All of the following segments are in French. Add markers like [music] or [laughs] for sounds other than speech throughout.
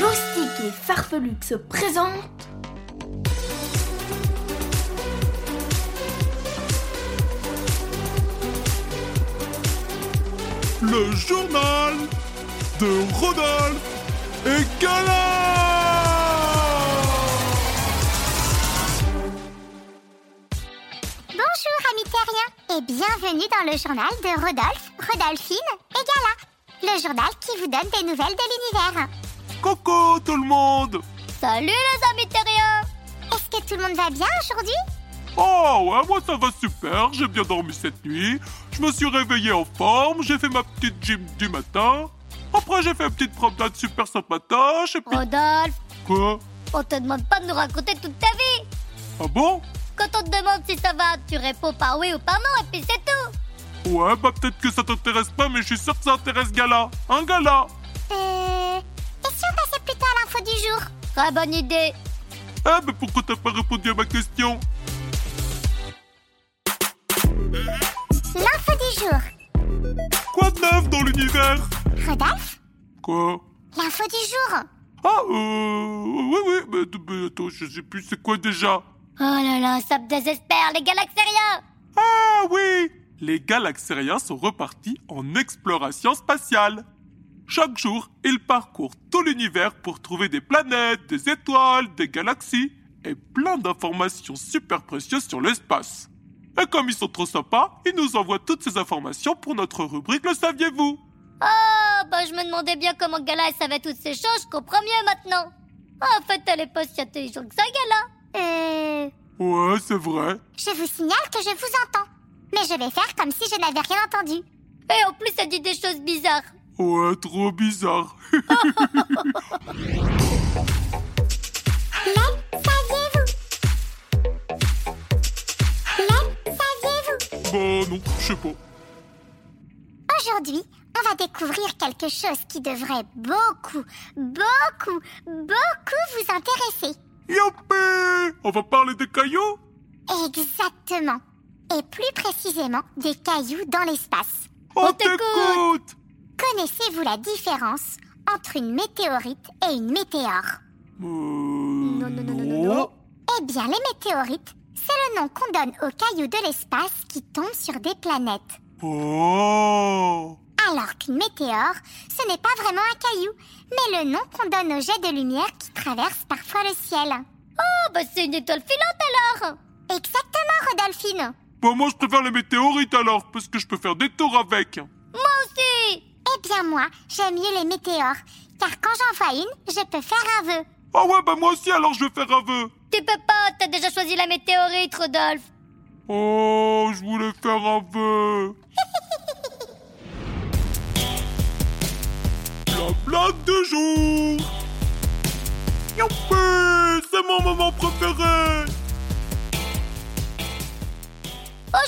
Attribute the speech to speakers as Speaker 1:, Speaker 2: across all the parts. Speaker 1: Loustique et Farfelux se présentent
Speaker 2: le journal de Rodolphe et Gala
Speaker 3: Bonjour amis terriens et bienvenue dans le journal de Rodolphe, Rodolphine et Gala, le journal qui vous donne des nouvelles de l'univers.
Speaker 2: Coco tout le monde
Speaker 3: Salut les amis terriens Est-ce que tout le monde va bien aujourd'hui
Speaker 2: Oh ouais, moi ça va super, j'ai bien dormi cette nuit, je me suis réveillé en forme, j'ai fait ma petite gym du matin, après j'ai fait une petite promenade super sympatoche et puis...
Speaker 4: Rodolphe,
Speaker 2: Quoi
Speaker 4: on te demande pas de nous raconter toute ta vie.
Speaker 2: Ah bon
Speaker 4: Quand on te demande si ça va, tu réponds par oui ou par non et puis c'est tout.
Speaker 2: Ouais, bah peut-être que ça t'intéresse pas, mais je suis sûr que ça intéresse Gala Un Gala
Speaker 3: Euh... Et si on passait plutôt à l'info du jour
Speaker 4: Très bonne idée.
Speaker 2: Ah, mais pourquoi t'as pas répondu à ma question
Speaker 3: L'info du jour
Speaker 2: Quoi de neuf dans l'univers
Speaker 3: Rodolphe
Speaker 2: Quoi
Speaker 3: L'info du jour
Speaker 2: Ah, euh... Oui, oui, mais, mais attends, je sais plus c'est quoi déjà
Speaker 4: Oh là là, ça me désespère, les galaxériens.
Speaker 2: Ah oui Les galaxériens sont repartis en exploration spatiale. Chaque jour, ils parcourent tout l'univers pour trouver des planètes, des étoiles, des galaxies et plein d'informations super précieuses sur l'espace. Et comme ils sont trop sympas, ils nous envoient toutes ces informations pour notre rubrique Le saviez-vous
Speaker 4: Oh, bah je me demandais bien comment Gala elle savait toutes ces choses, je comprends mieux maintenant. Ah, en fait, elle est pas si intelligente que ça, Gala.
Speaker 3: Euh...
Speaker 2: Ouais, c'est vrai.
Speaker 3: Je vous signale que je vous entends, mais je vais faire comme si je n'avais rien entendu.
Speaker 4: Et en plus, elle dit des choses bizarres.
Speaker 2: Ouais, trop bizarre. [laughs]
Speaker 3: Le saviez-vous Le saviez-vous
Speaker 2: bah non, je sais pas.
Speaker 3: Aujourd'hui, on va découvrir quelque chose qui devrait beaucoup, beaucoup, beaucoup vous intéresser.
Speaker 2: Youpi On va parler des cailloux
Speaker 3: Exactement. Et plus précisément, des cailloux dans l'espace.
Speaker 2: On,
Speaker 4: On t'écoute.
Speaker 2: t'écoute
Speaker 3: Connaissez-vous la différence entre une météorite et une météore
Speaker 2: Euh... oh, Non,
Speaker 4: non, non, non, non.
Speaker 3: Eh bien, les météorites, c'est le nom qu'on donne aux cailloux de l'espace qui tombent sur des planètes.
Speaker 2: Oh
Speaker 3: Alors qu'une météore, ce n'est pas vraiment un caillou, mais le nom qu'on donne aux jets de lumière qui traversent parfois le ciel.
Speaker 4: Oh, bah c'est une étoile filante alors.
Speaker 3: Exactement, Rodolphine.
Speaker 2: Bon, moi, je préfère les météorites alors, parce que je peux faire des tours avec.
Speaker 4: Moi aussi.
Speaker 3: Eh bien moi, j'aime mieux les météores, car quand j'en vois une, je peux faire un vœu.
Speaker 2: Ah ouais, bah moi aussi, alors je vais faire un vœu.
Speaker 4: Tu peux pas, t'as déjà choisi la météorite, Rodolphe.
Speaker 2: Oh, je voulais faire un vœu.
Speaker 4: [laughs]
Speaker 2: La blague du jour. Youpi, c'est mon moment préféré.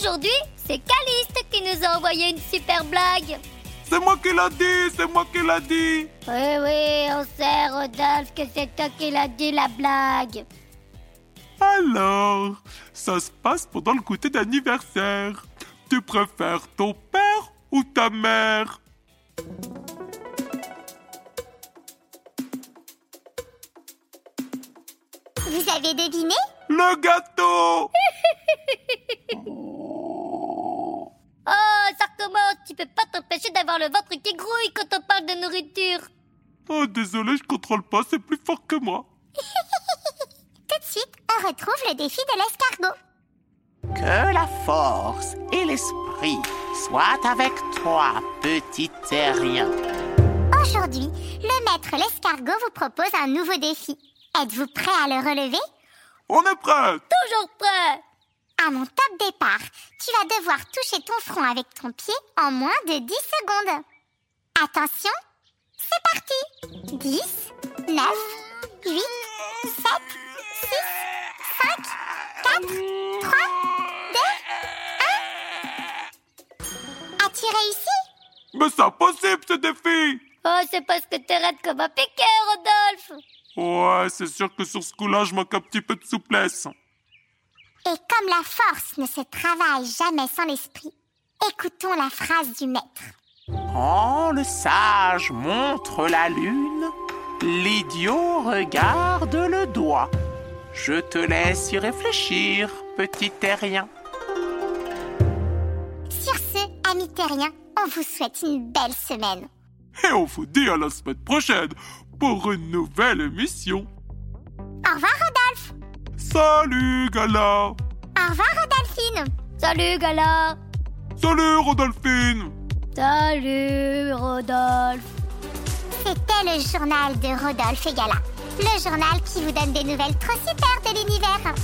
Speaker 4: Aujourd'hui, c'est Caliste qui nous a envoyé une super blague.
Speaker 2: C'est moi qui l'a dit, c'est moi qui l'a dit.
Speaker 4: Oui, oui, on sait, Rodolphe, que c'est toi qui l'as dit la blague.
Speaker 2: Alors, ça se passe pendant le goûter d'anniversaire. Tu préfères ton père ou ta mère
Speaker 3: Vous avez deviné
Speaker 2: Le gâteau
Speaker 4: Oh, ça recommence, tu peux pas t'empêcher d'avoir le ventre qui grouille quand on parle de nourriture.
Speaker 2: Oh, désolé, je contrôle pas, c'est plus fort que moi.
Speaker 3: Tout de suite, on retrouve le défi de l'escargot.
Speaker 5: Que la force et l'esprit soient avec toi, petit terrien.
Speaker 3: Aujourd'hui, le maître l'escargot vous propose un nouveau défi. Êtes-vous prêt à le relever
Speaker 2: On est prêt
Speaker 4: Toujours prêt.
Speaker 3: À mon top départ, tu vas devoir toucher ton front avec ton pied en moins de 10 secondes. Attention, c'est parti 10, 9, 8, 7, 6, 5, 4, 3, 2, 1. As-tu réussi
Speaker 2: Mais c'est impossible ce défi
Speaker 4: Oh, c'est parce que t'es raide comme un piquet, Rodolphe
Speaker 2: Ouais, c'est sûr que sur ce coup-là, je manque un petit peu de souplesse.
Speaker 3: Et comme la force ne se travaille jamais sans l'esprit, écoutons la phrase du maître.
Speaker 5: Quand le sage montre la lune, l'idiot regarde le doigt. Je te laisse y réfléchir, petit terrien.
Speaker 3: Sur ce, amis terriens, on vous souhaite une belle semaine.
Speaker 2: Et on vous dit à la semaine prochaine pour une nouvelle émission.
Speaker 3: Au revoir Rodolphe
Speaker 2: Salut, Gala
Speaker 3: Au revoir Rodolphine
Speaker 4: Salut, Gala
Speaker 2: Salut, Rodolphine
Speaker 4: Salut, Rodolphe
Speaker 3: C'était le journal de Rodolphe et Gala, le journal qui vous donne des nouvelles trop super de l'univers